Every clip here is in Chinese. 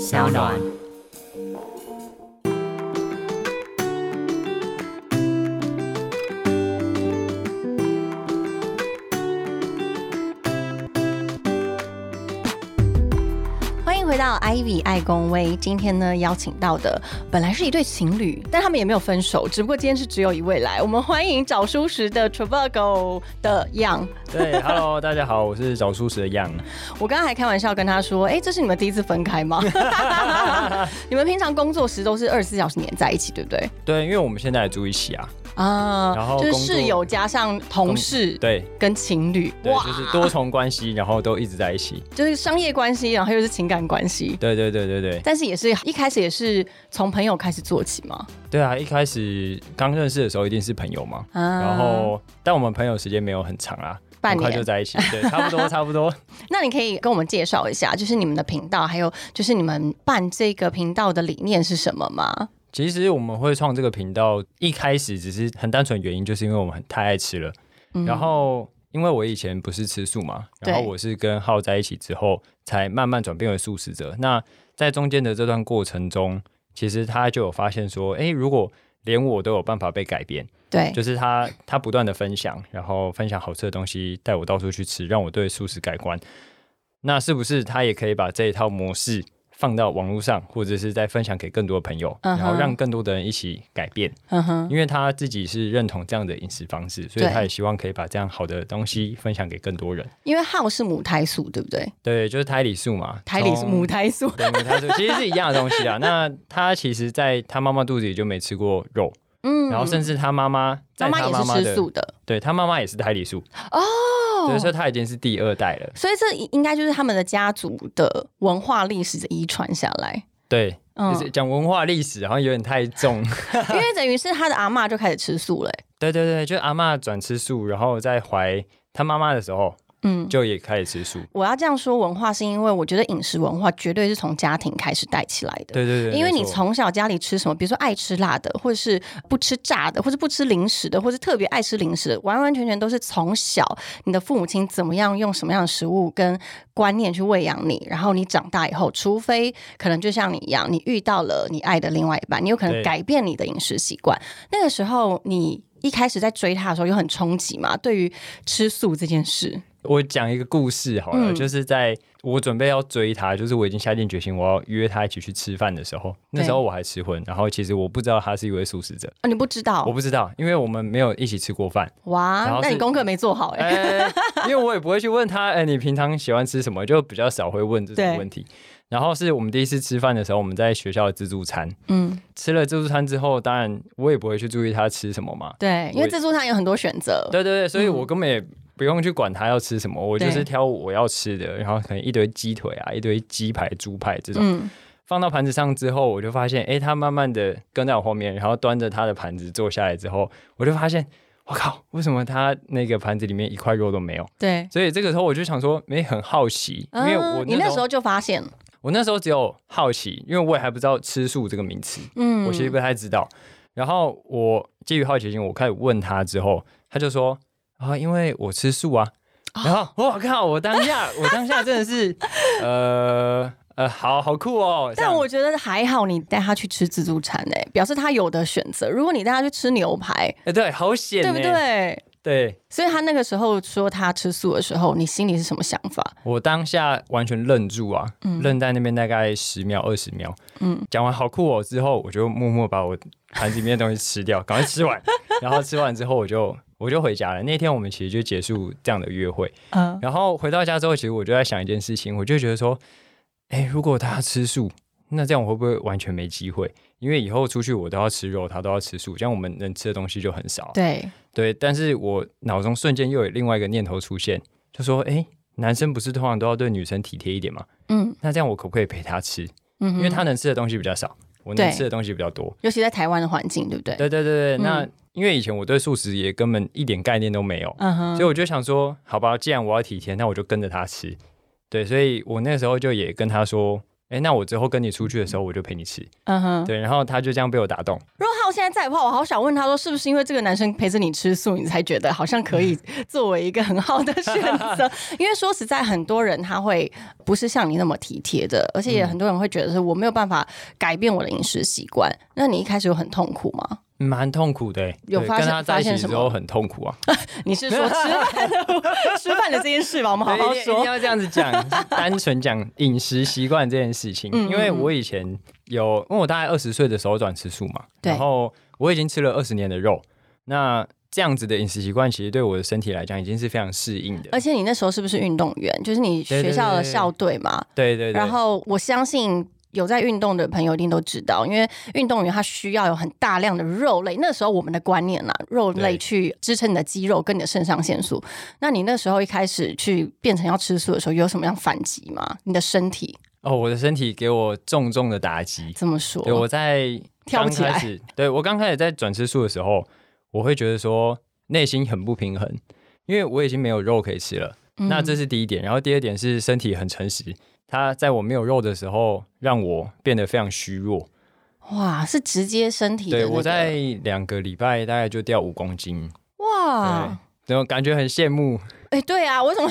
小暖。欢迎回到 Ivy 爱公威，今天呢邀请到的本来是一对情侣，但他们也没有分手，只不过今天是只有一位来。我们欢迎找舒适的 Travago 的样。对，Hello，大家好，我是找舒适的样。我刚刚还开玩笑跟他说：“哎、这是你们第一次分 开吗？你们平常工作时都是二十四小时黏在一起，对不对？对，因为我们现在还住一起啊，啊，然后就是工作室友加上同事对跟情侣，对，就是多重关系，然后都一直在一起。就是商业关系，然后又是情感关系。对对对对对但是也是一开始也是从朋友开始做起嘛，对啊！一开始刚认识的时候一定是朋友嘛，啊，然后但我们朋友时间没有很长啊，半很快就年。在一起，对，差不多差不多。那你可以跟我们介绍一下，就是你们的频道，还有就是你们办这个频道的理念是什么吗？其实我们会创这个频道，一开始只是很单纯原因，就是因为我们很太爱吃了。嗯然后因为我以前不是吃素嘛，对然后我是跟浩在一起之后，才慢慢转变为素食者。那在中间的这段过程中，其实他就有发现说，诶，如果连我都有办法被改变，对，就是他他不断的分享，然后分享好吃的东西，带我到处去吃，让我对素食改观。那是不是他也可以把这一套模式放到网络上，或者是再分享给更多的朋友，嗯哼然后让更多的人一起改变？嗯哼，因为他自己是认同这样的饮食方式，所以对他也希望可以把这样好的东西分享给更多人。因为浩是母胎素，对不对？对，就是胎里素嘛，胎里是从母胎素，对母胎素，其实是一样的东西啊。那他其实，在他妈妈肚子里就没吃过肉，嗯然后甚至他妈妈在妈妈他也妈是妈吃的，素的，对他妈妈也是胎里素哦，对，所以他已经是第二代了。所以这应该就是他们的家族的文化历史的遗传下来。 对，嗯就是讲文化历史好像有点太重。 因为等于是他的阿嬷就开始吃素了欸、对对对，就阿嬷转吃素，然后在怀他妈妈的时候嗯，就也开始吃素。我要这样说文化，是因为我觉得饮食文化绝对是从家庭开始带起来的。对对对，因为没你错从小家里吃什么，比如说爱吃辣的，或者是不吃炸的，或者不吃零食的，或者特别爱吃零食的，完完全全都是从小你的父母亲怎么样用什么样的食物跟观念去喂养你，然后你长大以后，除非可能就像你一样，你遇到了你爱的另外一半，你有可能对改变你的饮食习惯。那个时候你。一开始在追他的时候有很冲击嘛？对于吃素这件事，我讲一个故事好了，嗯就是在我准备要追她，就是我已经下定决心我要约她一起去吃饭的时候，那时候我还吃荤，然后其实我不知道她是一位素食者，啊，你不知道我不知道，因为我们没有一起吃过饭，然哇？后那是你功课没做好哎、 哎，因为我也不会去问她，哎，你平常喜欢吃什么，就比较少会问这种对问题。然后是我们第一次吃饭的时候，我们在学校的自助餐嗯，吃了自助餐之后，当然我也不会去注意她吃什么嘛，对，因为我自助餐有很多选择，对对对，所以嗯我根本也不用去管他要吃什么，我就是挑我要吃的，然后可能一堆鸡腿啊，一堆鸡排、猪排这种、嗯，放到盘子上之后，我就发现，哎，他慢慢的跟在我后面，然后端着他的盘子坐下来之后，我就发现，我靠，为什么他那个盘子里面一块肉都没有？对，所以这个时候我就想说，没很好奇，因为我嗯你那那时时候、候就发现了，我那时候只有好奇，因为我也还不知道吃素这个名词，嗯我其实不太知道。然后我基于好奇心，我开始问他之后，他就说啊，因为我吃素啊。哦然后我靠，我当下我当下真的 是呃呃，好好酷哦。这但样我觉得还好，你带他去吃自助餐诶、表示他有的选择。如果你带他去吃牛排，哎对，好险对呢，不对？对所以他那个时候说他吃素的时候，你心里是什么想法？我当下完全愣住啊，愣在那边大概十秒二十秒。嗯嗯，讲完好酷哦之后，我就默默把我盘子里面的东西吃掉， 赶快吃完。然后吃完之后，我就我就回家了。那天我们其实就结束这样的约会。嗯，然后回到家之后，其实我就在想一件事情，我就觉得说，哎，如果他吃素，那这样我会不会完全没机会？因为以后出去我都要吃肉，他都要吃素，这样我们能吃的东西就很少。对，对但是我脑中瞬间又有另外一个念头出现，就说，哎，男生不是通常都要对女生体贴一点吗？嗯那这样我可不可以陪他吃？嗯哼，因为他能吃的东西比较少，我对能吃的东西比较多。尤其在台湾的环境，对不对？对对对对，嗯那因为以前我对素食也根本一点概念都没有，嗯哼，所以我就想说，好吧，既然我要体贴，那我就跟着他吃。对，所以我那时候就也跟他说，哎，那我之后跟你出去的时候，我就陪你吃。嗯哼。对，然后他就这样被我打动。如果浩现在在的话，我好想问他说，是不是因为这个男生陪着你吃素，你才觉得好像可 以作为一个很好的选择？因为说实在，很多人他会不是像你那么体贴的，而且也很多人会觉得是我没有办法改变我的饮食习惯。那你一开始有很痛苦 吗？蛮痛苦的、欸，有对发跟现他在一发现起什之么后很痛苦啊。你是说吃饭的吃饭的这件事吧？我们好对好一定一定说。要这样子 讲，单纯讲饮食习惯这件事情。嗯嗯因为我以前有，因为我大概二十岁的时候转吃素嘛，对然后我已经吃了二十年的肉，那这样子的饮食习惯其实对我的身体来讲已经是非常适应的而。且你那时候是不是运动员？就是你对对学校的对校队嘛？对对对，然后我相信有在运动的朋友一定都知道，因为运动员他需要有很大量的肉类。那时候我们的观念啦，肉类对去支撑你的肌肉跟你的肾上腺素。那你那时候一开始去变成要吃素的时候，有什么样反击吗？你的身体哦，我的身体给我重重的打击。这么说对，？我在跳不刚起开来始，对我刚开始在转吃素的时候，我会觉得说内心很不平衡，因为我已经没有肉可以吃了。嗯那这是第一点，然后第二点是身体很诚实，它在我没有肉的时候，让我变得非常虚弱。哇，是直接身体的、对我在两个礼拜大概就掉五公斤，哇。对，然后感觉很羡 慕。哎、对啊，为 什么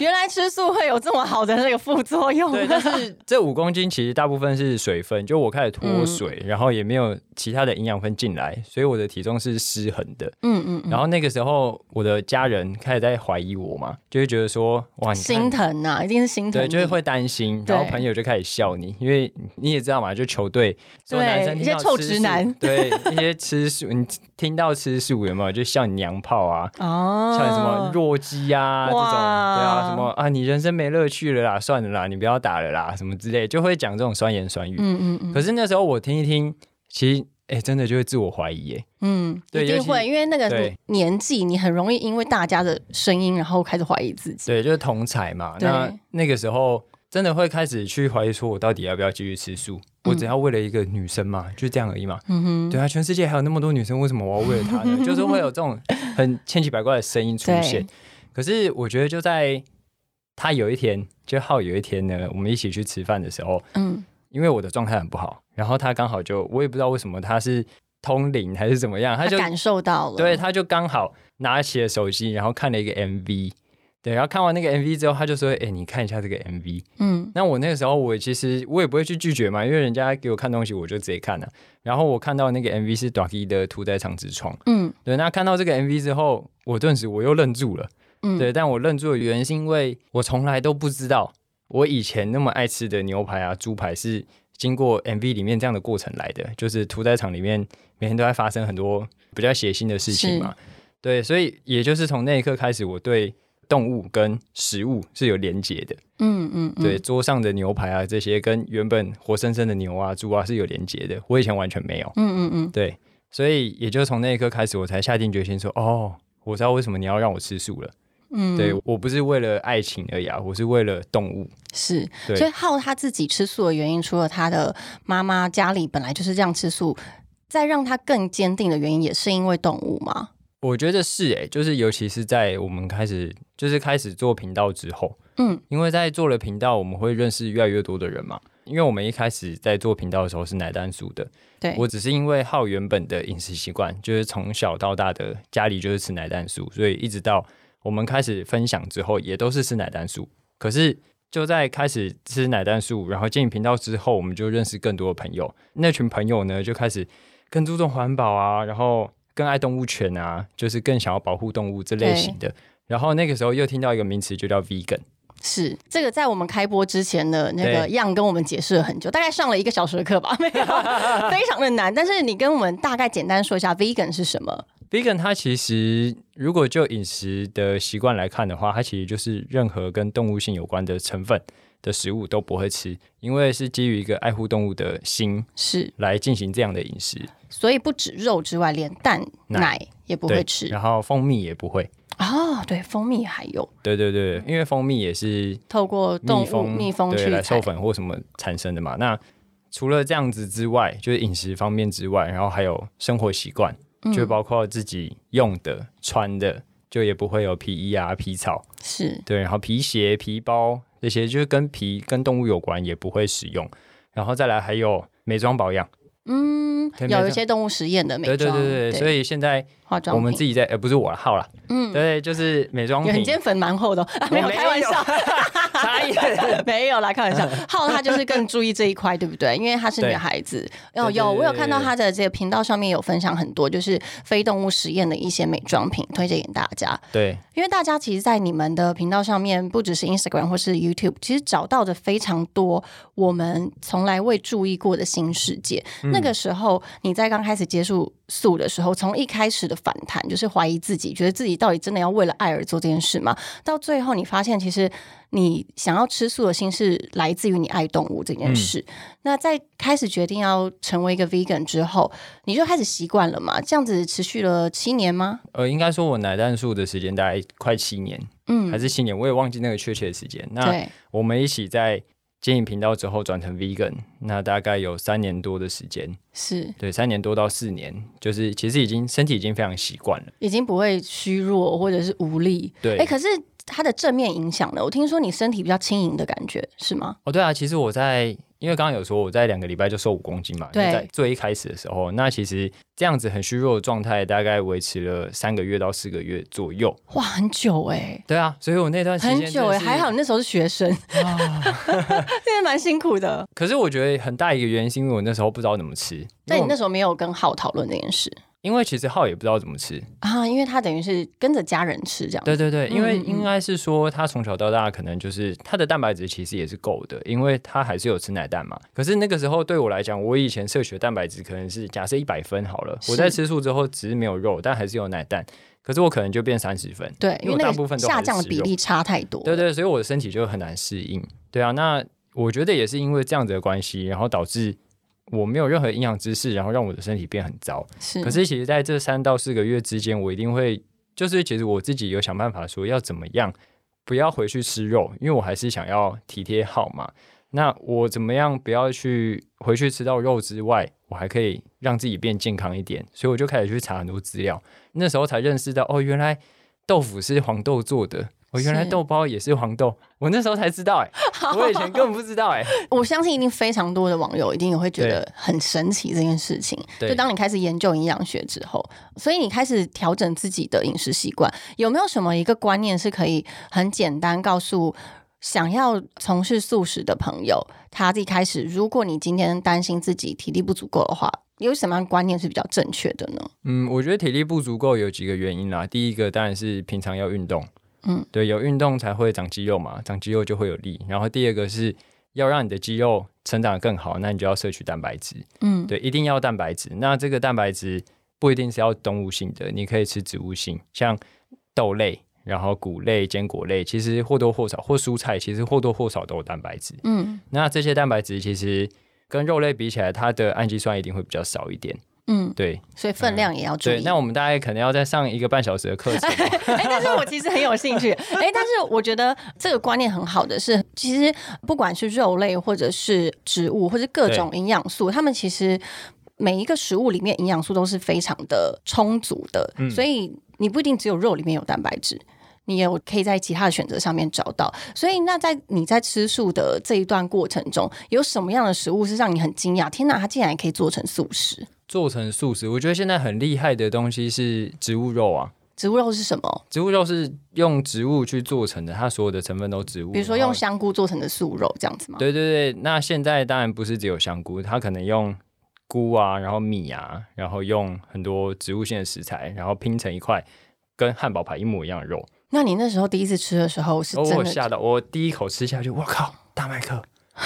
原来吃素会有这么好的那个副作用？对，但是这五公斤其实大部分是水分，就我开始嗯脱水，然后也没有其他的营养分进来，所以我的体重是失衡的。嗯嗯嗯，然后那个时候，我的家人开始在怀疑我嘛，就会觉得说，哇，你看心疼啊呐、一定是心疼对，你。就是会担心，然后对朋友就开始笑你，因为你也知道嘛，就球队所有对男生一听些到臭吃直素男对一些吃素， 你听到吃素有没有就笑你娘炮啊，哦，笑你什么弱鸡啊这种，对哇啊，什么啊你人生没乐趣了啦，算了啦，你不要打了啦，什么之类，就会讲这种酸言酸语。嗯嗯嗯可是那时候我听一听，其实哎、真的就会自我怀疑耶、嗯，对一尤定其会，因为那个对年纪，你很容易因为大家的声音，然后开始怀疑自己。对，就是同彩嘛。对那那个时候真的会开始去怀疑，说我到底要不要继续吃素？我只要为了一个女生嘛，就这样而已嘛。嗯哼，对啊，全世界还有那么多女生，为什么我要为了她 呢？就是会有这种很千奇百怪的声音出现对。可是我觉得，就在他有一天，就浩有一天呢，我们一起去吃饭的时候，嗯，因为我的状态很不好，然后他刚好就我也不知道为什么他是通灵还是怎么样，他他就感受到了，对，，他就刚好拿起了手机，然后看了一个 MV。对，然后看完那个 MV 之后，他就说：“哎、你看一下这个 MV。嗯”那我那个时候，我其实我也不会去拒绝嘛，因为人家给我看东西，我就直接看了、然后我看到那个 MV 是 d o k i 的《屠宰场之窗》。嗯对，那看到这个 MV 之后，我顿时我又愣住了。嗯，对，但我愣住的原因是因为我从来都不知道，我以前那么爱吃的牛排啊、猪排是经过 MV 里面这样的过程来的，就是屠宰场里面每天都在发生很多比较血腥的事情嘛。对，所以也就是从那一刻开始，我对动物跟食物是有连结的。嗯嗯，嗯对，，桌上的牛排啊这些，跟原本活生生的牛啊、猪啊是有连结的，我以前完全没有。嗯嗯嗯，对，所以也就从那一刻开始，我才下定决心说，哦，我知道为什么你要让我吃素了。嗯对我不是为了爱情而已啊，我是为了动物。是，对所以浩他自己吃素的原因，除了他的妈妈家里本来就是这样吃素，再让他更坚定的原因，也是因为动物嘛。我觉得是诶、就是尤其是在我们开始就是开始做频道之后，嗯，因为在做了频道，我们会认识越来越多的人嘛。因为我们一开始在做频道的时候是奶蛋素的，对，我只是因为浩原本的饮食习惯，就是从小到大的家里就是吃奶蛋素，所以一直到我们开始分享之后，也都是吃奶蛋素。可是就在开始吃奶蛋素，然后建立频道之后，我们就认识更多的朋友。那群朋友呢，就开始更注重环保啊，然后更爱动物权啊，就是更想要保护动物这类型的。然后那个时候又听到一个名词，就叫 vegan。是这个，在我们开播之前的那个对样跟我们解释了很久，大概上了一个小时的课吧，没有，非常的难。但是你跟我们大概简单说一下 vegan 是什么？ vegan 它其实如果就饮食的习惯来看的话，它其实就是任何跟动物性有关的成分的食物都不会吃，因为是基于一个爱护动物的心是，来进行这样的饮食。所以不止肉之外，连蛋奶奶也不对会吃然后蜂蜜也不会。哦。对，蜂蜜还有对对对，因为蜂蜜也是透过动蜜物蜂蜜蜂对去来采授粉或什么产生的嘛。那除了这样子之外，就是饮食方面之外，然后还有生活习惯，嗯就包括自己用的、穿的，就也不会有皮衣啊、皮草。是对，然后皮鞋、皮包、这些就是跟皮跟动物有关也不会使用。然后再来还有美妆保养，嗯，对有没一错些动物实验的美对妆，对对对，所以以现在化妆我们品自己在，呃，不是我啦号啦，嗯，对，就是美妆你品今，天粉蛮 厚的哦、啊，我没有没开玩有 笑， 啥意思？没有啦，开玩笑。浩她就是更注意这一块，对不对？因为她是女对孩子。有对对有，对我有对看到对她的这个频道上面有分享很多，就是非动物实验的一些美妆品，推荐给大家。对，因为大家其实，在你们的频道上面，不只是 Instagram 或是 YouTube，其实找到的非常多我们从来未注意过的新世界。那个时候，你在刚开始接触素的时候，从一开始的反弹，就是怀疑自己，觉得自己到底真的要为了爱而做这件事吗？到最后，你发现其实你想要吃素的心是来自于你爱动物这件事。那在开始决定要成为一个 vegan 之后，你就开始习惯了嘛？这样子持续了七年吗？呃，应该说我奶蛋素的时间大概快七年，嗯还，是七年，我也忘记那个确切的时间。那对。我们一起在经营频道之后转成 vegan，那大概有三年多的时间，是，对，三年多到四年，就是其实已经身体已经非常习惯了。已经不会虚弱或者是无力。对，哎，可是它的正面影响呢？我听说你身体比较轻盈的感觉是吗？哦，对啊，其实我在，因为刚刚有说我在两个礼拜就瘦五公斤嘛，因为对在最一开始的时候，那其实这样子很虚弱的状态，大概维持了三个月到四个月左右。哇，很久哎、对啊，所以我那段时间很久哎、哎、还好你那时候是学生， 真的蛮辛苦的。可是我觉得很大一个原因是因为我那时候不知道怎么吃，但你因为那我时候没有跟浩讨论这件事因为其实浩也不知道怎么吃，啊，因为他等于是跟着家人吃这样。对对对，因为嗯嗯嗯应该是说他从小到大可能就是他的蛋白质其实也是够的，因为他还是有吃奶蛋嘛。可是那个时候对我来讲，我以前摄取的蛋白质可能是假设一百分好了，是我在吃素之后只是没有肉，但还是有奶蛋，可是我可能就变三十分。对，因因为为我那大个部分都还下是降的吃比肉例差太多。对对，所以我的身体就很难适应。对啊，那我觉得也是因为这样子的关系，然后导致我没有任何营养知识，然后让我的身体变很糟。是。可是其实在这三到四个月之间，我一定会，就是其实我自己有想办法说要怎么样，不要回去吃肉，因为我还是想要体贴好嘛。那我怎么样不要去回去吃到肉之外，我还可以让自己变健康一点，所以我就开始去查很多资料，那时候才认识到哦，原来豆腐是黄豆做的，我、原来是豆包也是黄豆，我那时候才知道哎、我以前根本不知道哎、我相信一定非常多的网友一定也会觉得对很神奇这件事情。对就当你开始研究营养学之后，所以你开始调整自己的饮食习惯，有没有什么一个观念是可以很简单告诉想要从事素食的朋友，他一开始，如果你今天担心自己体力不足够的话，有什么样的观念是比较正确的呢？嗯，我觉得体力不足够有几个原因啦。第一个当然是平常要运动，嗯嗯，对，有运动才会长肌肉嘛，长肌肉就会有力。然后第二个是要让你的肌肉成长得更好，那你就要摄取蛋白质，嗯，对，一定要蛋白质。那这个蛋白质不一定是要动物性的，你可以吃植物性，像豆类。然后谷类、坚果类，其实或多或少，或蔬菜，其实或多或少都有蛋白质。嗯那这些蛋白质其实跟肉类比起来，它的氨基酸一定会比较少一点。嗯，对，所以分量也要注意。对，那我们大概可能要再上一个半小时的课程。 哎、但是我其实很有兴趣。哎、但是我觉得这个观念很好的是，其实不管是肉类或者是植物，或者各种营养素，它们其实每一个食物里面营养素都是非常的充足的，嗯所以你不一定只有肉里面有蛋白质。你也有可以在其他的选择上面找到，所以那在你在吃素的这一段过程中，有什么样的食物是让你很惊讶？天哪，它竟然也可以做成素食！做成素食，我觉得现在很厉害的东西是植物肉啊。植物肉是什么？植物肉是用植物去做成的，它所有的成分都植物。比如说用然后香菇做成的素肉这样子吗？对对对，那现在当然不是只有香菇，它可能用菇啊，然后米啊，然后用很多植物性的食材，然后拼成一块跟汉堡排一模一样的肉。那你那时候第一次吃的时候是哦，真我有的，吓到，我第一口吃下去，我靠，大麦克！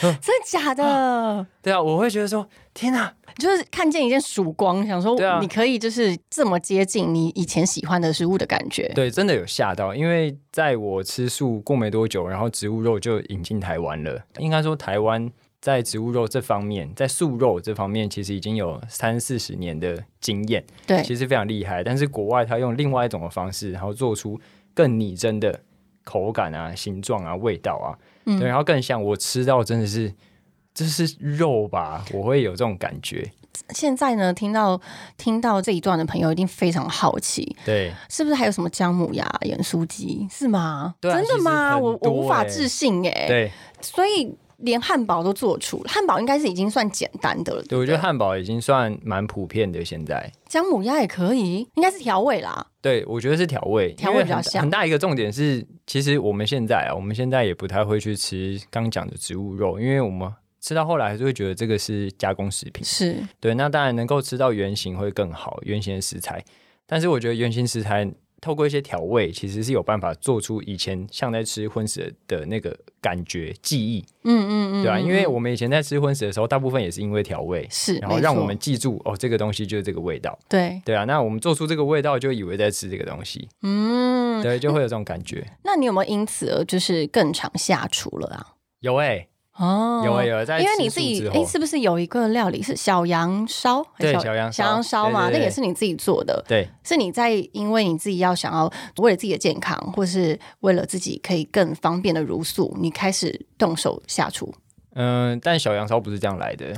真的假的？对啊，我会觉得说，天哪、你 就是看见一件曙光，想说对啊你可以就是这么接近你以前喜欢的食物的感觉。对，真的有吓到，因为在我吃素过没多久，然后植物肉就引进台湾了。应该说，台湾在植物肉这方面，在素肉这方面，其实已经有三四十年的经验，对其实非常厉害。但是国外它用另外一种的方式，然后做出更拟真的嗯口感啊、形状啊、味道啊，对，然后更像我吃到真的是这是肉吧？我会有这种感觉。现在呢，听到听到这一段的朋友一定非常好奇，对，是不是还有什么姜母牙、盐酥鸡？是吗？对啊真的其吗？实很多我我无法欸置信哎、对，所以连汉堡都做出，汉堡应该是已经算简单的了。对，我觉得汉堡已经算蛮普遍的现在。姜母鸭也可以，应该是调味啦。对，我觉得是调味，调因味为比较很像很大一个重点是，其实我们现在啊，我们现在也不太会去吃刚讲的植物肉，因为我们吃到后来还是会觉得这个是加工食品。是对，那当然能够吃到原型会更好，原型的食材。但是我觉得原型食材透过一些调味，其实是有办法做出以前像在吃荤食的那个感觉记忆，嗯嗯嗯，对吧、嗯因为嗯我们以前在吃荤食的时候，大部分也是因为调味，是然后没让错我们记住哦，这个东西就是这个味道，对，对啊。那我们做出这个味道，就以为在吃这个东西，嗯，对，就会有这种感觉。那你有没有因此而就是更常下厨了啊？有哎、哦，有哎、有欸，在因为吃你素自己之哎，后是不是有一个料理是小羊烧？还是对小羊烧小羊烧嘛，对对对那也是你自己做的，对是你在因为你自己要想要为了自己的健康，或是为了自己可以更方便的茹素，你开始动手下厨嗯、但小羊烧不是这样来的，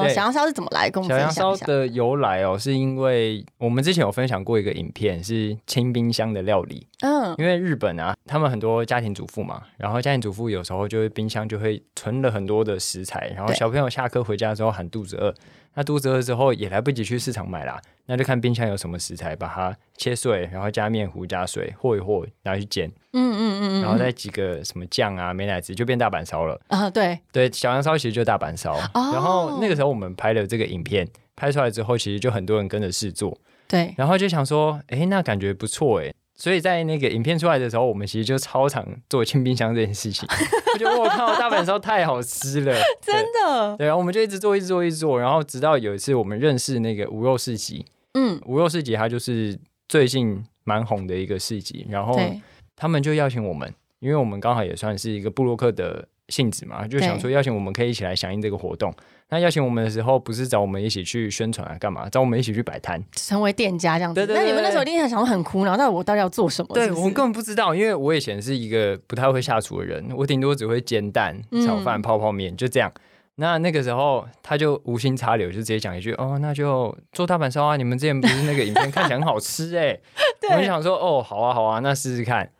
对小羊烧是怎么来？跟我小们分羊享烧一下。的由来哦，是因为我们之前有分享过一个影片，是清冰箱的料理。嗯，因为日本啊，他们很多家庭主妇嘛，然后家庭主妇有时候就会冰箱就会存了很多的食材，然后对小朋友下课回家之后喊肚子饿，那肚子饿之后也来不及去市场买啦，那就看冰箱有什么食材，把它切碎，然后加面糊、加水和一和，拿去煎，嗯嗯嗯嗯，然后再几个什么酱啊、美乃滋，就变大阪烧了。啊，对，对，小羊烧其实就是大阪烧。哦然后那个时候我们拍了这个影片，拍出来之后，其实就很多人跟着试做，对，然后就想说，诶，那感觉不错诶。所以在那个影片出来的时候，我们其实就超常做清冰箱这件事情。 我觉得我靠，大阪烧太好吃了， 真的，对。对，然后我们就一直做，一直做，一直做，然后直到有一次我们认识那个无肉市集，嗯，无肉市集它就是最近蛮红的一个市集，然后对，他们就邀请我们，因为我们刚好也算是一个布洛克的性质嘛，就想说邀请我们可以一起来响应这个活动。那邀请我们的时候，不是找我们一起去宣传啊，干嘛？找我们一起去摆摊。成为店家这样子对。对那对你们那时候一定很想说很苦恼，到底我到底要做什么？对是不我是们根本不知道，因为我以前是一个不太会下厨的人，我顶多只会煎蛋、炒饭、嗯泡泡面，就这样。那那个时候他就无心插柳，就直接讲一句：“哦，那就做大阪烧啊！你们之前不是那个影片看起来很好吃哎、我就 对，哦想说：“哦，好啊，好啊，那试试看。”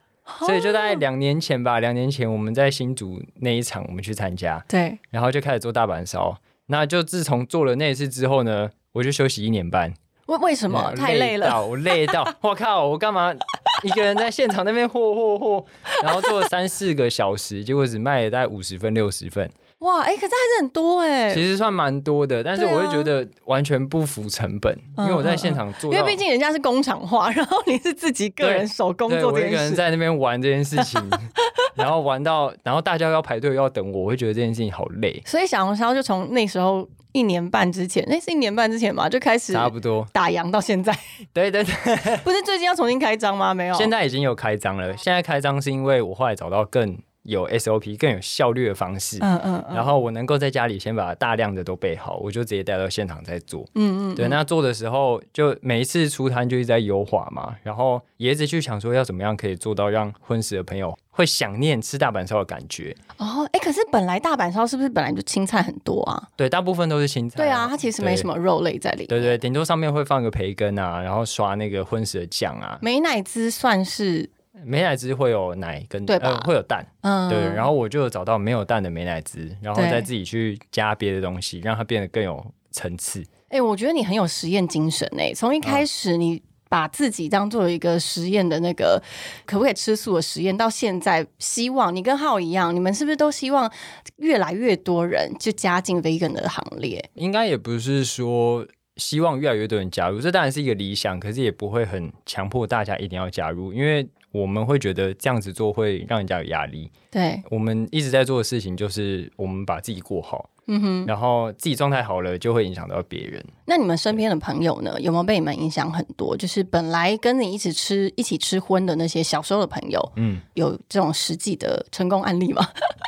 所以就在两年前吧，两年前我们在新竹那一场我们去参加，对，然后就开始做大阪烧。那就自从做了那一次之后呢，我就休息一年半。为为什么嗯太累累了？到我累到，我靠，我干嘛一个人在现场那边嚯嚯嚯，然后做了三四个小时，结果只卖了大概五十份六十份，哇，哎，可是还是很多哎，其实算蛮多的，但是对啊嗯我会觉得完全不符成本，因为我在现场因做到，为毕竟人家是工厂化， 然后你是自己个人手工对做我这一个件人事。在那边玩这件 事情，然后玩到，然后大家要排队要等我，我会觉得这件事情好累，所以小红烧就从那时候一年半之前，那是一年半之前嘛，就开始差不多，打烊到 现在，对对对。不是最近要重新开张吗？没有，现在已经有开张了，现在开张是因为我后来找到更有 SOP、更有效率的方式。嗯嗯嗯，然后我能够在家里先把大量的都备好，我就直接带到现场再做。嗯嗯，对，那做的时候就每一次出摊就一直在优化嘛，然后也一直去想说要怎么样可以做到让荤食的朋友会想念吃大阪烧的感觉。哦，哎，可是本来大阪烧是不是本来就青菜很多啊？对，大部分都是青菜、对啊，它其实没什。么肉类在里面。对对，顶多上面会放个培根啊，然后刷那个荤食的酱啊，美乃滋算是美乃滋会有奶跟对吧呃会有蛋，嗯，对，然后我就有找到没有蛋的美乃滋，然后对再自己去加别的东西，让它变得更有层次。哎、我觉得你很有实验精神哎、从一开始你把自己当做一个实验的那个可不可以吃素的实验，到现在希望你跟浩一样，你们是不是都希望越来越多人就加进 vegan 的行列？应该也不是说希望越来越多人加入，这当然是一个理想，可是也不会很强迫大家一定要加入，因为我们会觉得这样子做会让人家有压力。对，我们一直在做的事情就是我们把自己过好，嗯哼。然后自己状态好了，就会影响到别人。那你们身边的朋友呢，有没有被你们影响很多？就是本来跟你一起吃一起吃荤的那些小时候的朋友，嗯，有这种实际的成功案例吗？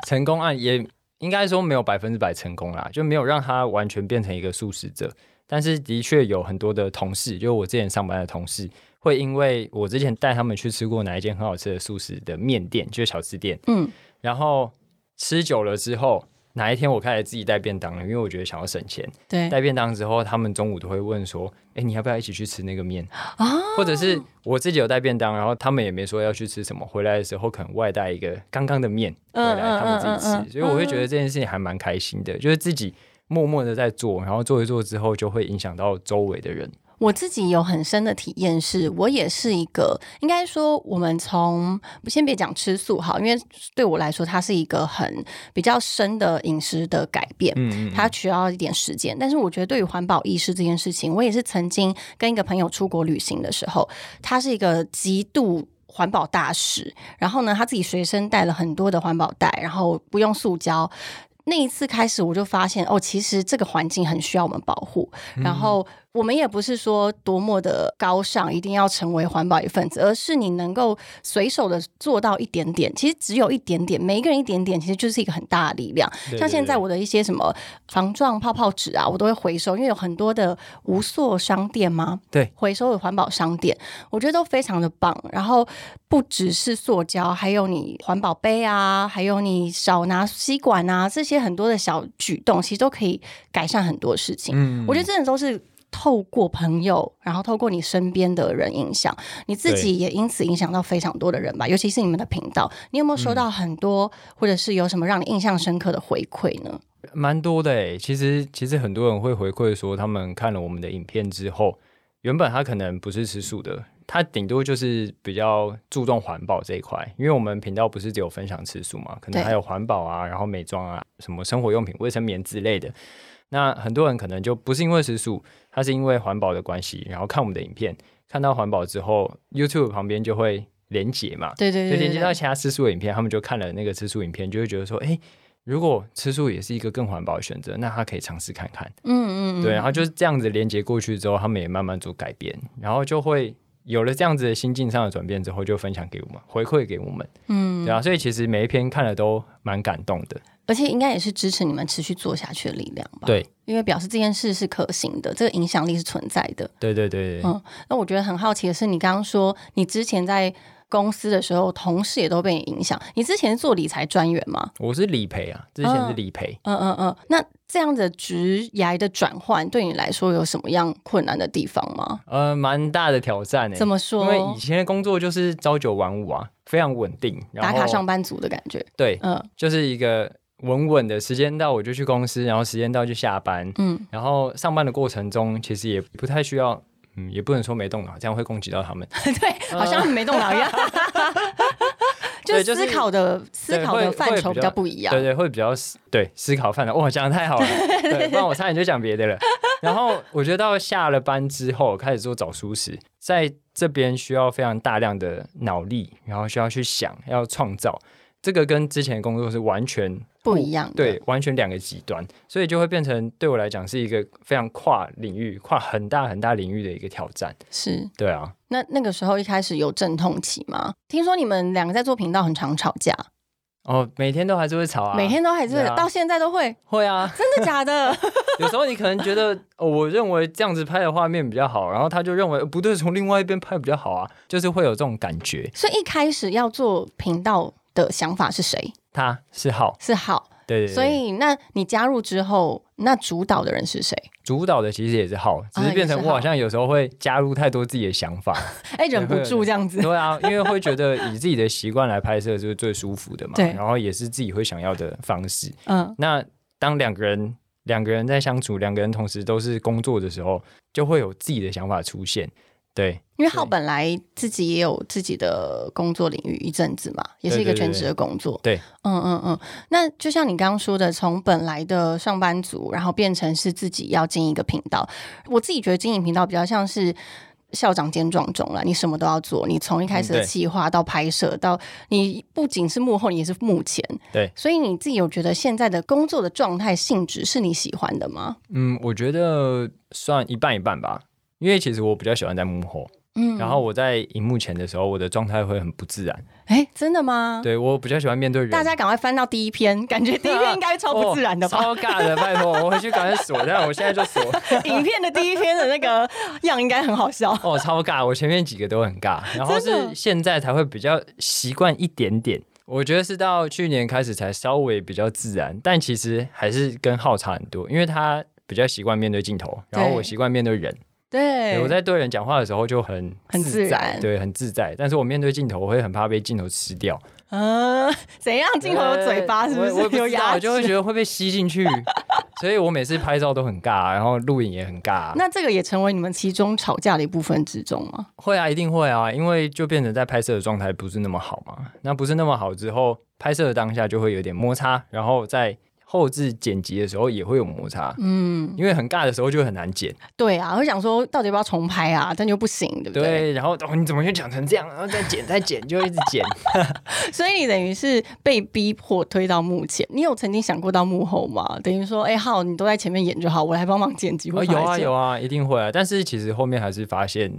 成功案也应该说没有百分之百成功啦，就没有让他完全变成一个素食者。但是的确有很多的同事，就是我之前上班的同事，会因为我之前带他们去吃过哪一间很好吃的素食的面店，就是小吃店，嗯，然后吃久了之后，哪一天我开始自己带便当了，因为我觉得想要省钱。对带便当之后，他们中午都会问说：“哎、你要不要一起去吃那个面？”啊，或者是我自己有带便当，然后他们也没说要去吃什么，回来的时候可能外带一个刚刚的面回嗯来，他们自己嗯嗯嗯吃，所以我会觉得这件事情还蛮开心的，就是自己默默的在做，然后做一做之后就会影响到周围的人。我自己有很深的体验是，我也是一个，应该说我们从先别讲吃素好，因为对我来说它是一个很比较深的饮食的改变。嗯它需要一点时间，哦但是我觉得对于环保意识这件事情，我也是曾经跟一个朋友出国旅行的时候，他是一个极度。环保大使，然后呢，他自己随身带了很多的环保袋，然后不用塑胶。那一次开始，我就发现哦，其实这个环境很需要我们保护。嗯然后我们也不是说多么的高尚，一定要成为环保一份子，而是你能够随手的做到一点点。其实只有一点点，每一个人一点点，其实就是一个很大的力量。对像现在对我的一些什么防撞泡泡纸啊，我都会回收，因为有很多的无塑商店嘛，对，回收的环保商店，我觉得都非常的棒。然后不只是塑胶，还有你环保杯啊，还有你少拿吸管啊，这些很多的小举动，其实都可以改善很多事情。嗯我觉得真的都是。透过朋友，然后透过你身边的人影响，你自己也因此影响到非常多的人吧。尤其是你们的频道，你有没有嗯收到很多，或者是有什么让你印象深刻的回馈呢？蛮多的诶，其实其实很多人会回馈说，他们看了我们的影片之后，原本他可能不是吃素的，他顶多就是比较注重环保这一块，因为我们频道不是只有分享吃素嘛，可对能还有环保啊，然后美妆啊，什么生活用品、卫生棉之类的。那很多人可能就不是因为吃素，他是因为环保的关系，然后看我们的影片，看到环保之后，YouTube 旁边就会连结嘛，对对就对连对接对到其他吃素的影片，他们就看了那个吃素影片，就会觉得说，哎、如果吃素也是一个更环保的选择，那他可以尝试看看。嗯嗯，嗯对，然后就是这样子连接过去之后，他们也慢慢做改变，然后就会有了这样子的心境上的转变之后，就分享给我们，回馈给我们。嗯，对啊，所以其实每一篇看了都蛮感动的。而且应该也是支持你们持续做下去的力量吧。，对，因为表示这件事是可行的，这个影响力是存在的。对对对对，嗯那我觉得很好奇的是，你刚刚说你之前在公司的时候，同事也都被你影响。你之前是做理财专员吗？我是理赔啊，之前是嗯理赔。嗯嗯嗯，那这样的职涯的转换对你来说有什么样困难的地方吗？呃，蛮大的挑战诶、怎么说因？为以前的工作就是朝九晚五啊，非常稳定，然打后卡上班族的感觉。 对，嗯就是一个稳稳的时间到我就去公司，然后时间到就下班，嗯，然后上班的过程中其实也不太需要，嗯，也不能说没动脑，这样会攻击到他们，对，好像没动 脑一样。就呃对是就是思考的思考的会范畴会比比较较不一样对。对，会比较思对思考范畴。哇，讲的太好 了，对，不然我差点就讲别的了。然后我觉得到下了班之后开始做早熟食，在这边需要非常大量的脑力，然后需要去想，要创造。这个跟之前的工作是完全不一样的对，完全两个极端，所以就会变成对我来讲是一个非常跨领域、跨很大很大领域的一个挑战。是对啊，那那个时候一开始有阵痛期吗？听说你们两个在做频道很常吵架，哦，每天都还是会吵啊，每天都还是会、对啊到现在都会，会啊，真的 假的？有时候你可能觉得，哦，我认为这样子拍的画面比较好，然后他就认为、呃不对，从另外一边拍比较好啊，就是会有这种感觉。所以一开始要做频道的想法是谁？他是好，是好，对对对，所以那你加入之后，那主导的人是谁？主导的其实也是好，只是变成哦也是我好好像有时候会加入太多自己的想法。哎，忍不住这样子，对啊，因为会觉得以自己的习惯来拍摄就是最舒服的嘛，对然后也是自己会想要的方式。嗯，那当两个人两个人在相处，两个人同时都是工作的时候，就会有自己的想法出现。对，因为浩本来自己也有自己的工作领域一阵子嘛，也是一个对对对全职的工作，对，嗯嗯嗯。那就像你刚刚说的，从本来的上班族，然后变成是自己要经营一个频道，我自己觉得经营频道比较像是。校长兼撞钟了，你什么都要做，你从一开始嗯的对企划到拍摄，到你不仅是幕后，你也是幕前。对，所以你自己有觉得现在的工作的状态性质是你喜欢的吗？嗯，我觉得算一半一半吧，因为其实我比较喜欢在幕后，嗯，然后我在荧幕前的时候，我的状态会很不自然。哎，真的吗？对我比较喜欢面对人，大家赶快翻到第一篇，感觉第一篇应该超不自然的吧？哦超尬的，拜托，我回去赶快锁，但我现在就锁。影片的第一篇的那个样应该很好笑。哦，超尬！我前面几个都很尬，然后真的是现在才会比较习惯一点点，我觉得是到去年开始才稍微比较自然，但其实还是跟浩差很多，因为他比较习惯面对镜头，然后对我习惯面对人。对，对我在对人讲话的时候就很很自在然对，很自在。但是我面对镜头，我会很怕被镜头吃掉。呃，怎样？ 镜头有嘴巴是不呃我我是？也不有知道牙我就会齿？觉得会被吸进去， 所以我每次拍照都很尬，啊然后录影也很尬。啊那这个也成为你们其中吵架的一部分之中吗？会啊，一定会啊，因为就变成在拍摄的状态不是那么好嘛。那不是那么好之后，拍摄的当下就会有点摩擦，然后在后置剪辑的时候也会有摩擦。嗯，因为很尬的时候就很难剪，对啊，我想说到底要不要重拍啊？但又不行，对不对？对，然后哦你怎么又讲成这样，然后再剪再剪就一直 剪，所以你等于是被逼迫推到幕前。你有曾经想过到幕后吗？等于说，哎、浩，你都在前面演就好，我来帮忙剪辑。哦，会有帮啊忙剪有啊，一定会啊。但是其实后面还是发现，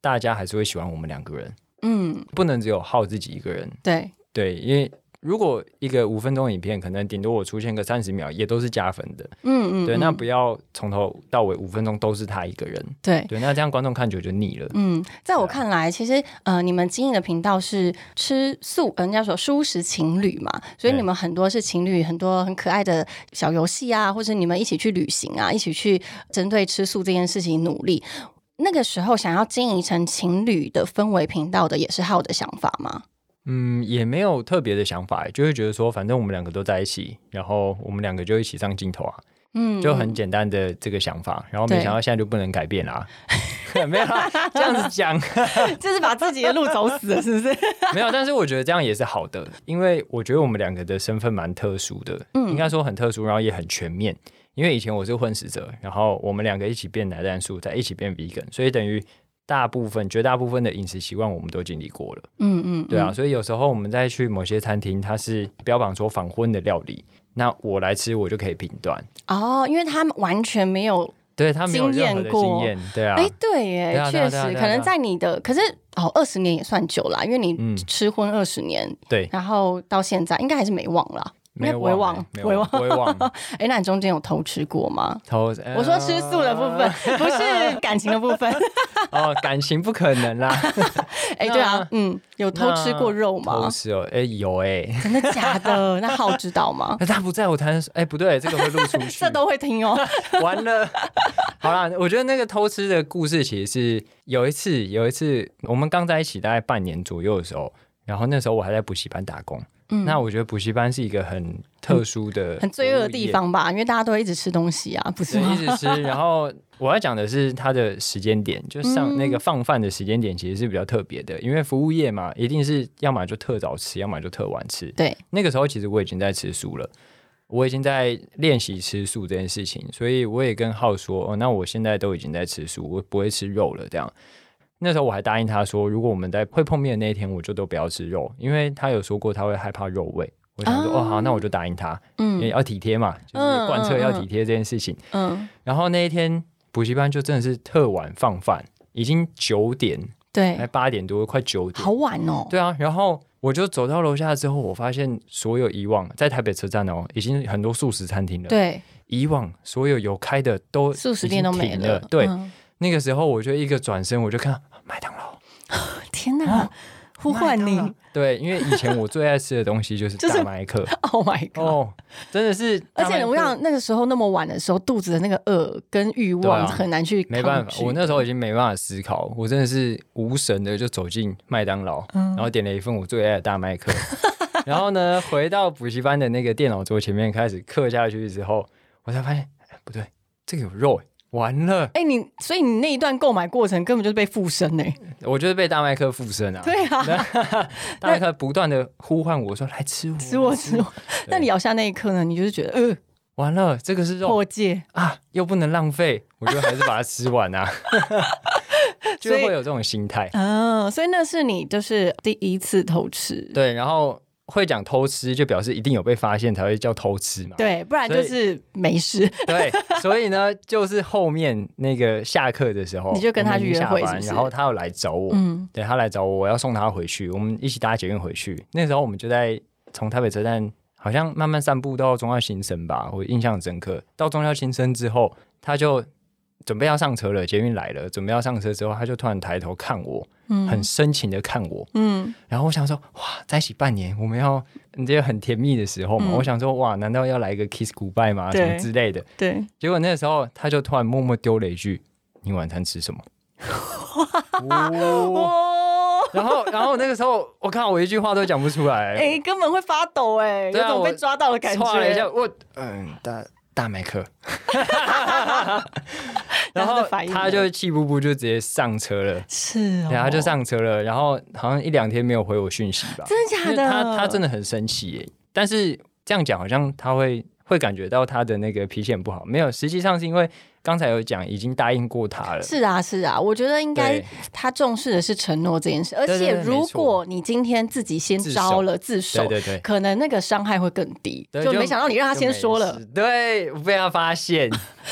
大家还是会喜欢我们两个人，嗯，不能只有耗自己一个人。对，对，因为如果一个五分钟影片，可能顶多我出现个三十秒，也都是加分的。嗯嗯，对，那嗯不要从头到尾五分钟都是他一个人。对。对，那这样观众看久就腻了。嗯，在啊我看来，其实呃，你们经营的频道是吃素，呃人家说素食情侣嘛，所以对你们很多是情侣，很多很可爱的小游戏啊，或者你们一起去旅行啊，一起去针对吃素这件事情努力。那个时候想要经营成情侣的氛围频道的，也是浩的想法吗？嗯，也没有特别的想法，就会觉得说，反正我们两个都在一起，然后我们两个就一起上镜头啊，嗯，就很简单的这个想法。然后没对想到现在就不能改变啦、 没有啦，这样子讲 就是把自己的路走死了，是不 是？没有，但是我觉得这样也是好的，因为我觉得我们两个的身份蛮特殊的，嗯应该说很特殊，然后也很全面。因为以前我是混食者，然后我们两个一起变奶蛋素，再一起变 vegan，所以等于大部分、绝大部分的饮食习惯我们都经历过了，嗯嗯，对啊。所以有时候我们再去某些餐厅，它是标榜说仿荤的料理，那我来吃我就可以评断，嗯。哦，因为他们完全没有，对他没有任何经验的过经验，对啊哎、，对耶，对啊对确啊实对啊，对啊可能在你的，可是哦，二十年也算久啦，因为你嗯吃荤二十年，对，然后到现在应该还是没忘啦。没有不会哎忘欸没不会有忘不会忘。呃哎、那你中间有偷吃过吗？偷我说吃素的部分，不是感情的部分。哦，感情不可能啦，哎、对啊，嗯，有偷吃过肉偷吗？吃哦，哎、有哎、真的假的？那浩知道吗？那 他不在我谈，哎、不对，这个会录出去， 这都会听哦。完了。 好啦，我觉得那个偷吃的故事其实是有一次，有一次我们刚在一起大概半年左右的时候，然后那时候我还在补习班打工。那我觉得补习班是一个很特殊的、嗯很罪恶的地，方吧，因为大家都会一直吃东西啊，不是对，一吗？直吃。然后我要讲的是它的时间点，就上嗯那个放饭的时间点其实是比较特别的，因为服务业嘛，一定是要么就特早吃，要么就特晚吃。对，那个时候其实我已经在吃素了，我已经在练习吃素这件事情，所以我也跟浩说，哦，那我现在都已经在吃素，我不会吃肉了。这样，那时候我还答应他说，如果我们在会碰面的那一天，我就都不要吃肉，因为他有说过他会害怕肉味。我想说，啊哦，好，那我就答应他，因为嗯要体贴嘛，就是贯彻要体贴这件事情。嗯，然后那一天补习班就真的是特晚放饭，已经九点，还对，八点多，快九点好。晚哦。对啊，然后我就走到楼下之后，我发现所有以往在台北车站哦，已经很多素食餐厅了。，对，以往所有有开的都素食店都已经没停了了。。对，嗯那个时候我就一个转身，我就看啊麦当劳天哪，呼唤麦你当劳对，因为以前我最爱吃的东西就是 就是大麦克。 ！Oh my god！哦，真的是大而麦克，且我想那个时候那么晚的时候，肚子的那个饿跟欲对望啊很难去没办抗法，拒我那时候已经没办法思考，我真的是无神的就走进麦当劳，嗯然后点了一份我最爱的大麦 克，然后呢，回到补习班的那个电脑桌前面开始刻下去之后，我才发现，哎，不对，这个有肉、哎完了，哎、你所以你那一段购买过程根本就是被附身呢、欸我就是被大麦克附身啊，对啊，大麦克不断的呼唤我说来吃我，吃我吃我。那你咬下那一刻呢，你就是觉得呃完了，这个是肉破戒，啊，又不能浪费，我就还是把它吃完 啊， 就所以会有这种心态。嗯、所以那是你就是第一次偷吃，对，然后会讲偷吃，就表示一定有被发现才会叫偷吃嘛。对，不然所以就是没事。对，所以呢，就是后面那个下课的时候，你就跟他去约会我们已经下班是不是然后他要来找我，嗯，对他来找我，我要送他回去，我们一起搭捷运回去。那时候我们就在从台北车站，好像慢慢散步到中校新生吧，我印象很深刻。到中校新生之后，他就准备要上车了，捷运来了，准备要上车之后，他就突然抬头看我，嗯很深情的看我，嗯，然后我想说，哇，在一起半年，我们要这个很甜蜜的时候嘛，嗯我想说，哇，难道要来一个 kiss goodbye 吗？对什么之类的。对，结果那时候他就突然默默丢了一句：“你晚餐吃什么？” 哦哦，然后，然后那个时候，我靠，我一句话都讲不出来，哎，根本会发抖哎，有对啊种被我抓到的感觉。唰了一下，我嗯，大大麦 克，然他后的反应呢他就气呼呼就直接上车了，是哦，然后他就上车了，然后好像一两天没有回我讯息吧，真的假因为的？他他真的很生气耶，但是这样讲好像他会会感觉到他的那个脾气很不好，没有，实际上是因为刚才有讲已经答应过他了，是啊，是啊，我觉得应该对他重视的是承诺这件事，而对对且对如没错果你今天自己先自招首了自首，对对对。可能那个伤害会更低。对就没想到你让他就先没说了事，对，我被他发 现，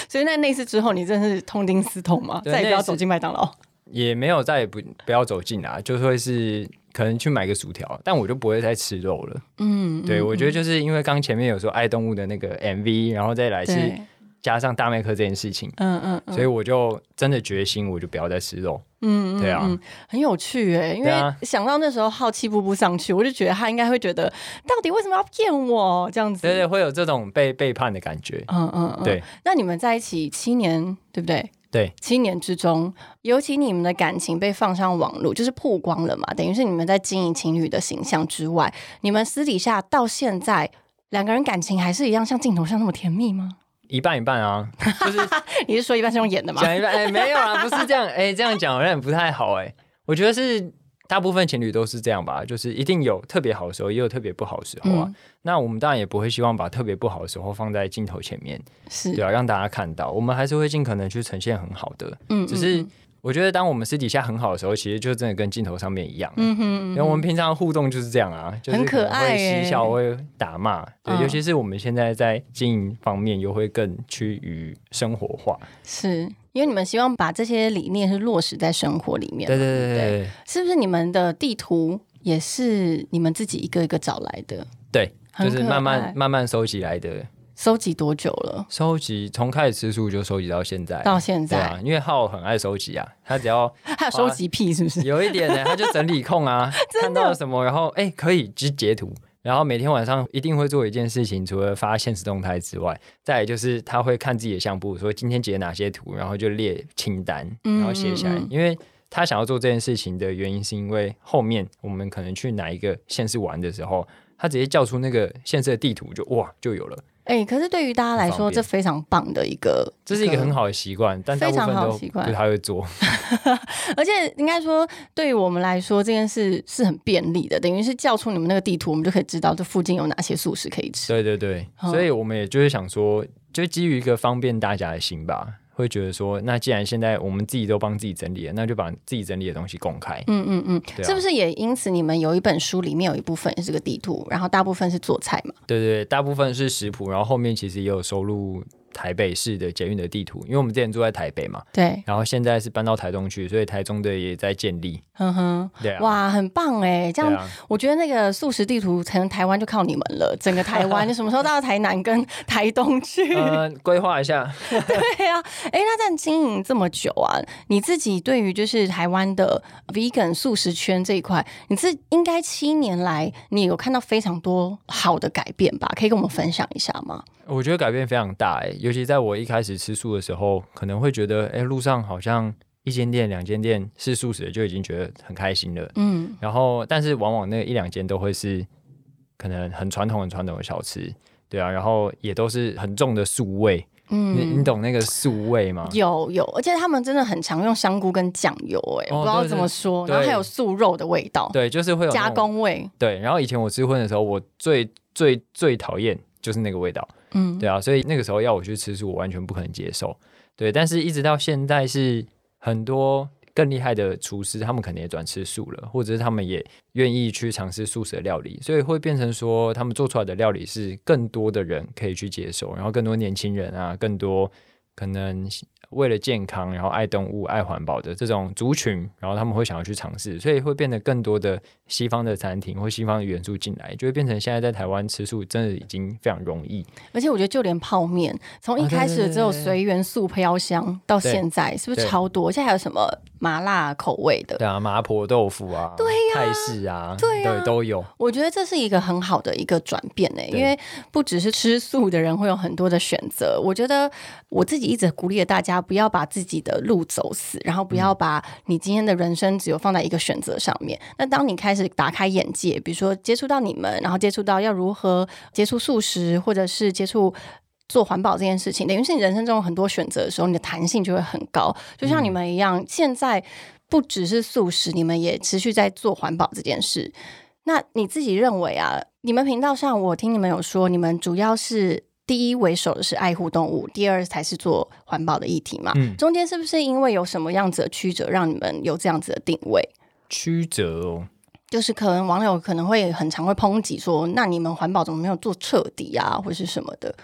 所以那那次之后，你真是痛定思痛嘛，对再也不要那次走进麦当劳。也没有再也不不要走近啊，就是会是可能去买个薯条，但我就不会再吃肉了。嗯，对，嗯我觉得就是因为刚前面有说爱动物的那个 MV，然后再来是对，加上大麦克这件事情，嗯嗯嗯所以我就真的决心，我就不要再吃肉。嗯，嗯对啊嗯很有趣哎，因对为啊想到那时候好奇步步上去，我就觉得他应该会觉得，到底为什么要骗我这样子？对对，会有这种被背叛的感觉。嗯嗯嗯，对。那你们在一起七年，对不对？对，七年之中，尤其你们的感情被放上网络，就是曝光了嘛，等于是你们在经营情侣的形象之外，你们私底下到现在。两个人感情还是一样像镜头上那么甜蜜吗？ 一半一半啊，就是你是说一般是用演的吗？讲一半。哎，没有啊，不是这样。哎，这样讲好像不太好。哎，我觉得是大部分情侣都是这样吧，就是一定有特别好的时候，也有特别不好的时候啊。嗯那我们当然也不会希望把特别不好的时候放在镜头前面，是，对啊，让大家看到。我们还是会尽可能去呈现很好的，嗯只是嗯我觉得，当我们私底下很好的时候，其实就真的跟镜头上面一样。嗯哼因嗯为哼，我们平常互动就是这样啊，就是很可能会爱嬉笑，欸会打骂，对，嗯尤其是我们现在在经营方面又会更趋于生活化，是因为你们希望把这些理念是落实在生活里面嘛，对对不对对是不是你们的地图也是你们自己一个一个找来的？对，对很就是可慢爱慢慢慢收集来的，收集多久了？收集从开始吃素就收集到现在，到现对在、啊，因为浩很爱收集啊，他只要还有收集癖是不 是？有一点呢、他就整理控 啊，看到了什么，然后哎、可以就截图。然后每天晚上一定会做一件事情，除了发现实动态之外，再来就是他会看自己的相簿，说今天截哪些图，然后就列清单，嗯然后写下来。嗯嗯因为他想要做这件事情的原因，是因为后面我们可能去哪一个县市玩的时候，他直接叫出那个县市的地图，就哇就有了。哎、可是对于大家来很方说，便这非常棒的一个，这是一个很，好的习惯，但大部非分常好的都习惯不太会做。 而且应该说，对于我们来说，这件事是很便利的，等于是叫出你们那个地图，我们就可以知道这附近有哪些素食可以吃。对对对，嗯所以我们也就是想说，就基于一个方便大家的心吧，会觉得说，那既然现在我们自己都帮自己整理了，那就把自己整理的东西公开。嗯嗯嗯，对啊是不是也因此你们有一本书里面有一部分是个地图，然后大部分是做菜嘛？对对对，大部分是食谱，然后后面其实也有收录台北市的捷运的地图，因为我们之前住在台北嘛，对，然后现在是搬到台中去，所以台中的也在建立。哼嗯哼，对啊，哇，很棒哎！这对样、啊，我觉得那个素食地图，可能台湾就靠你们了。整个台 湾，你什么时候到台南跟台东去？呃，规划一下。对啊，哎，那在经营这么久啊，你自己对于就是台湾的 vegan 素食圈这一块，你自应该七年来，你有看到非常多好的改变吧？可以跟我们分享一下吗？我觉得改变非常大、欸，尤其在我一开始吃素的时候，可能会觉得，哎、路上好像一间店、两间店是素食的，就已经觉得很开心了。嗯，然后，但是往往那一两间都会是可能很传统、很传统的小吃，对啊，然后也都是很重的素味，你你懂那个素味吗？嗯有有，而且他们真的很常用香菇跟酱油、诶，哎、哦不知道对怎么说，对然后还有素肉的味道，对，就是会有那加种工味，对，然后以前我吃荤的时候，我最最最讨厌就是那个味道。嗯，对啊，所以那个时候要我去吃素，我完全不可能接受。对，但是一直到现在是很多更厉害的厨师，他们可能也转吃素了，或者是他们也愿意去尝试素食的料理，所以会变成说他们做出来的料理是更多的人可以去接受，然后更多年轻人啊，更多可能为了健康，然后爱动物、爱环保的这种族群，然后他们会想要去尝试，所以会变得更多的西方的餐厅或西方的元素进来，就会变成现在在台湾吃素真的已经非常容易。而且我觉得就连泡面，从一啊对开始对只有对对随缘素飘香，到对现在是不是对超多？现在还有什么麻辣口味的？对啊，麻婆豆腐啊，对呀、泰式啊，对呀都有。我觉得这是一个很好的一个转变呢、对因为不只是吃素的人会有很多的选择。我觉得我自己一直鼓励大家不要把自己的路走死，然后不要把你今天的人生只有放在一个选择上面。那当你开始打开眼界，比如说接触到你们，然后接触到要如何接触素食，或者是接触。做环保这件事情，等于是你人生中有很多选择的时候，你的弹性就会很高。就像你们一样，现在不只是素食，你们也持续在做环保这件事。那你自己认为啊，你们频道上我听你们有说，你们主要是第一为首的是爱护动物，第二才是做环保的议题嘛。嗯中间是不是因为有什么样子的曲折，让你们有这样子的定位？曲折哦，就是可能网友可能会很常会抨击说，那你们环保怎么没有做彻底啊，或是什么的？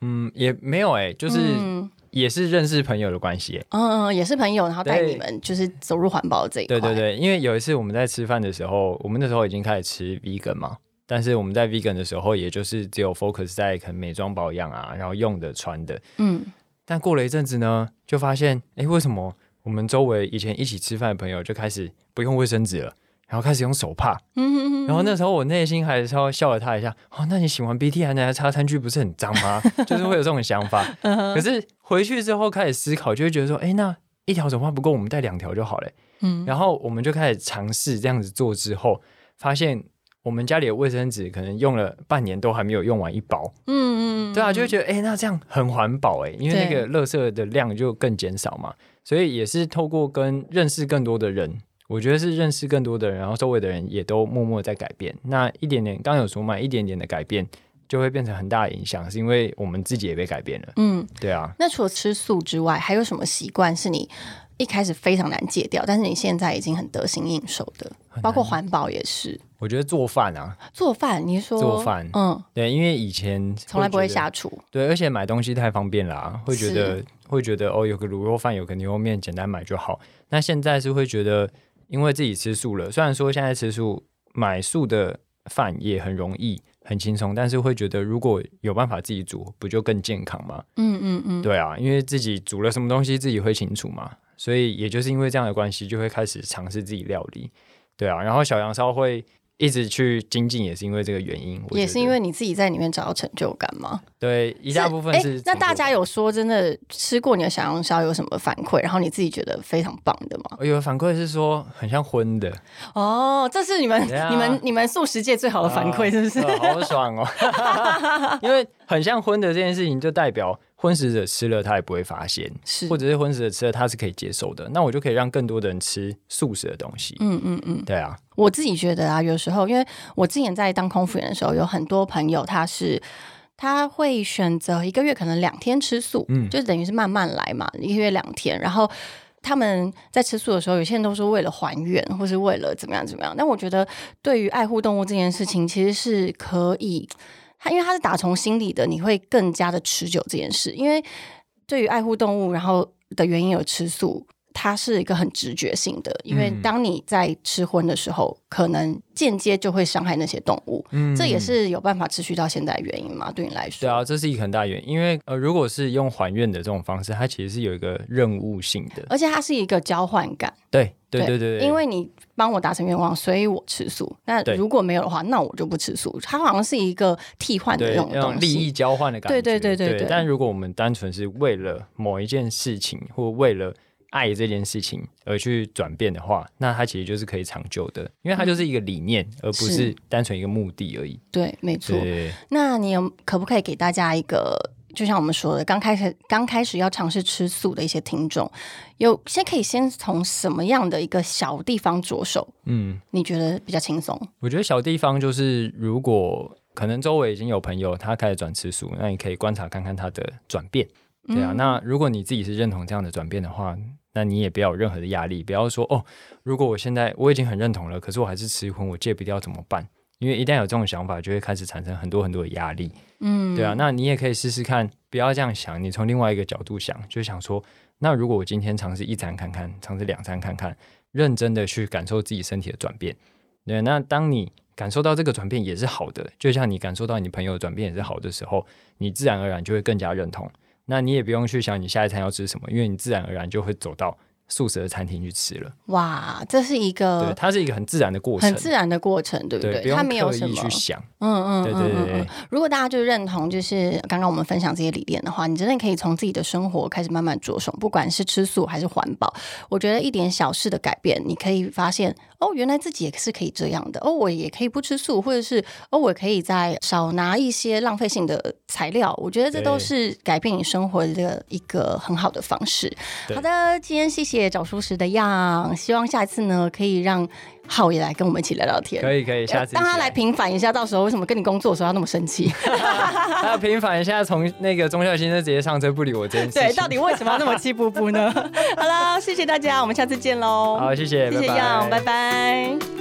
嗯，也没有哎、就是、嗯也是认识朋友的关系、欸。嗯嗯，也是朋友，然后带对你们就是走入环保这一块。对对对，因为有一次我们在吃饭的时候，我们那时候已经开始吃 vegan 嘛，但是我们在 vegan 的时候，也就是只有 focus 在可能美妆保养啊，然后用的穿的。嗯，但过了一阵子呢，就发现，哎，为什么我们周围以前一起吃饭的朋友就开始不用卫生纸了？然后开始用手帕，嗯嗯嗯，然后那时候我内心还稍微笑了他一下，哦，那你洗完 BT 还拿来擦餐具，不是很脏吗？ 就是会有这种想法。可是回去之后开始思考，就会觉得说，哎，那一条手帕不够，我们带两条就好了。嗯然后我们就开始尝试这样子做之后，发现我们家里的卫生纸可能用了半年都还没有用完一包。嗯嗯，对啊，就会觉得哎、诶那这样很环保哎、因为那个垃圾的量就更减少嘛，所以也是透过跟认识更多的人，我觉得是认识更多的人，然后周围的人也都默默在改变，那一点点，刚刚有说嘛，一点点的改变就会变成很大的影响，是因为我们自己也被改变了，嗯。对啊，那除了吃素之外，还有什么习惯是你一开始非常难戒掉，但是你现在已经很得心应手的？包括环保也是，我觉得做饭啊，做饭，你说做饭嗯，对，啊因为以前从来不觉会得下厨，对，而且买东西太方便啦、会觉是得会觉得哦，有个卤肉饭，有个牛肉面，简单买就好。那现在是会觉得，因为自己吃素了，虽然说现在吃素买素的饭也很容易、很轻松，但是会觉得如果有办法自己煮，不就更健康吗？嗯嗯嗯，对啊，因为自己煮了什么东西自己会清楚嘛，所以也就是因为这样的关系，就会开始尝试自己料理。对啊，然后小杨烧会一直去精进，也是因为这个原因。我也觉是因得为你自己在里面找到成就感吗？对一一大部分是哎那成大就家感有说真的吃过你的小羊烧有什么反馈？然后你自己觉得非常棒的吗？我有反馈是说很像荤的，哦，这是你们、对啊你们你们素食界最好的哦反馈，是不是？啊好爽哦！ 因为很像荤的这件事情，就代表荤食者吃了他也不会发现，是，或者是荤食者吃了他是可以接受的，那我就可以让更多的人吃素食的东西。嗯嗯嗯。对啊，我自己觉得啊，有时候因为我之前在当空服员的时候，有很多朋友他是。他会选择一个月可能两天吃素，嗯就等于是慢慢来嘛，一个月两天。然后他们在吃素的时候，有些人都是为了还愿，或是为了怎么样怎么样。但我觉得对于爱护动物这件事情，其实是可以，它因为它是打从心里的，你会更加的持久这件事。因为对于爱护动物，然后的原因有吃素，它是一个很直觉性的，因为嗯当你在吃荤的时候，可能间接就会伤害那些动物，嗯这也是有办法持续到现在的原因嘛？对你来说，对啊，这是一个很大原因，因为呃，如果是用还愿的这种方式，它其实是有一个任务性的。而且它是一个交换感，对对呃对对对，对因为你帮我达成愿望，所以我吃素。那对如果没有的话，那我就不吃素。它好像是一个替换的对那种那种东利西。益交换的感觉，对对对对对但如果我们单纯是为了某一件事情或为了爱这件事情而去转变的话，那它其实就是可以长久的，因为它就是一个理念，而不是单纯一个目的而已。对，没错对。对对那你有可不可以给大家一个，就像我们说的，刚开始刚开始要尝试吃素的一些听众，有先可以先从什么样的一个小地方着手？嗯，你觉得比较轻松？我觉得小地方就是如果。可能周围已经有朋友他开始转吃素，那你可以观察看看他的转变，对啊。那如果你自己是认同这样的转变的话，那你也不要有任何的压力，不要说哦，如果我现在我已经很认同了，可是我还是吃荤，我戒不掉怎么办？因为一旦有这种想法，就会开始产生很多很多的压力。嗯，对啊，那你也可以试试看，不要这样想，你从另外一个角度想，就想说，那如果我今天尝试一餐看看，尝试两餐看看，认真的去感受自己身体的转变。对，那当你感受到这个转变也是好的，就像你感受到你朋友的转变也是好的时候，你自然而然就会更加认同。那你也不用去想你下一餐要吃什么，因为你自然而然就会走到素食的餐厅去吃了。哇，这是一对，个它是一个很自然的过程嗯很，自然的过程，对不对，不对？它用没有刻什意么去，想。嗯嗯对嗯对对嗯对嗯。如果大家就认同，就是刚刚我们分享这些理念的话，你真的可以从自己的生活开始慢慢着手，不管是吃素还是环保，我觉得一点小事的改变，你可以发现哦，原来自己也是可以这样的哦，我也可以不吃素，或者是哦，我可以再少拿一些浪费性的材料。我觉得这都对是改变你生活的一个很好的方式。对好的，今天谢谢找舒适的样，希望下一次呢可以让浩也来跟我们一起聊聊天。可以可以，下次让一他起来平反一下，到时候为什么跟你工作的时候要那么生 气？他要平反一下，从那个钟孝新就直接上车不理我这件事情。对，到底为什么要那么气 不不呢？好了，谢谢大家，我们下次见喽。好，谢谢，谢谢拜拜样，拜拜